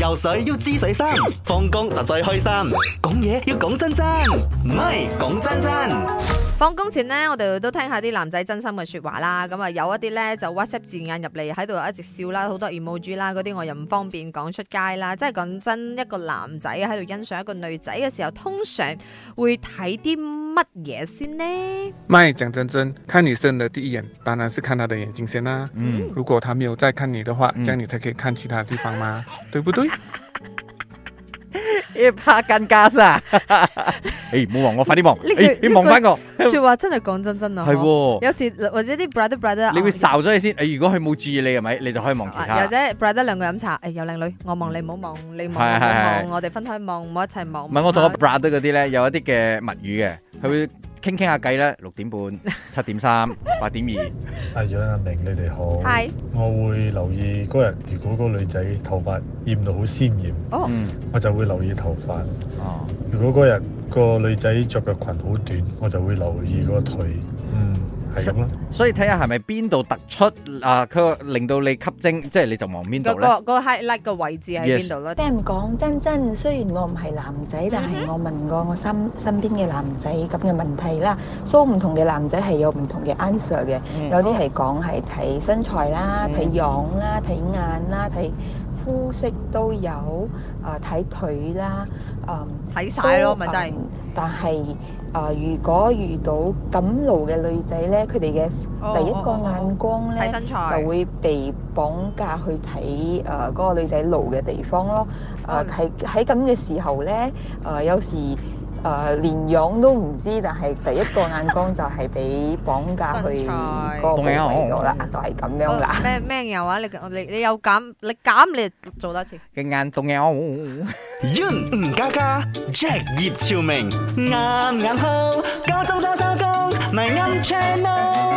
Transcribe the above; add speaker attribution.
Speaker 1: 游水要知水深，放工就最開心。講嘢要講真真，唔係講真真。
Speaker 2: 放工前呢，我哋都聽下啲男仔真心嘅説話啦。咁啊，有一啲呢就 WhatsApp 字眼入嚟喺度一直笑啦，好多 emoji 啦，嗰啲我又唔方便講出街啦。即係講真，一個男仔喺度欣賞一個女仔嘅時候，通常會睇啲乜嘢先 呢？
Speaker 3: 麦讲真真，看女生的第一眼当然是看她的眼睛先啦、
Speaker 4: 嗯，
Speaker 3: 如果她没有再看你的话，
Speaker 4: 嗯
Speaker 3: 这样你才可以看其他地方嘛，对不对？
Speaker 4: 一拍緊家 啊！誒，哎唔好望我，快啲望！
Speaker 2: 呢句
Speaker 4: 誒，你望翻我，
Speaker 2: 説話真係講真真啊，
Speaker 4: 係喎，
Speaker 2: 有時或者啲 brother brother，
Speaker 4: 你會
Speaker 2: 哦
Speaker 4: 睄咗佢先。誒，如果佢冇注意你係咪，你就可以望其
Speaker 2: 啊或
Speaker 4: 他
Speaker 2: 者。brother 兩個飲茶，誒哎有靚女，我望你唔好望，你望
Speaker 4: 係
Speaker 2: 我
Speaker 4: 係係
Speaker 2: 望，我哋分開望，唔好一齊望。
Speaker 4: 唔係我同我
Speaker 2: 啊
Speaker 4: brother 嗰啲咧，有一啲嘅物語嘅，佢會傾傾下偈咧，六點半、 七點三、八點二。
Speaker 5: 阿楊阿明，你哋好。
Speaker 2: 係
Speaker 5: 我會留意嗰日，如果個女仔頭髮染到好鮮豔，
Speaker 2: 哦，
Speaker 4: 嗯，
Speaker 5: 我就會留意頭髮；
Speaker 4: 哦，
Speaker 5: 如果嗰日個女仔着嘅裙好短，我就會留意個腿。嗯，係咁啦。
Speaker 4: 所以睇下係咪邊度突出啊？佢令到你吸睛，即係你就望邊
Speaker 2: 嗰
Speaker 4: 度
Speaker 2: 個
Speaker 4: 咧？
Speaker 2: 嗰個 highlight 嘅位置喺邊度咯？
Speaker 6: Sam 講真真，雖然我唔係男仔，但
Speaker 2: 嗯
Speaker 6: 係我問過我身身邊嘅男仔咁嘅問題啦。所以唔同嘅男仔係有唔同嘅 answer 嘅，
Speaker 4: 嗯
Speaker 6: 有啲係講係睇身材啦、
Speaker 4: 嗯
Speaker 6: 睇樣啦、睇眼啦、睇膚色都有，啊、睇腿啦，嗯。
Speaker 2: 睇晒咯，咪真係
Speaker 6: 嗯。但係啊、如果遇到咁路嘅女仔咧，佢哋嘅
Speaker 2: 哦
Speaker 6: 第一
Speaker 2: 哦
Speaker 6: 個
Speaker 2: 哦哦
Speaker 6: 眼光咧
Speaker 2: 睇。身材
Speaker 6: 就會被綁架去睇誒嗰個女仔露嘅地方咯。
Speaker 2: 嗯
Speaker 6: 誒喺喺咁嘅時候咧，誒、有時誒、呃、連樣都唔知，但係第一個眼光就係俾綁架去
Speaker 2: 身材
Speaker 6: 嗰個部位度啦，就係咁樣啦。
Speaker 2: 咩咩有啊？你你你有減，你減你就做多次。
Speaker 4: 嘅眼動嘅，哦
Speaker 1: Yun 吳家家，Jack 葉朝明，啱啱好，家中裝修工，咪啱 channel。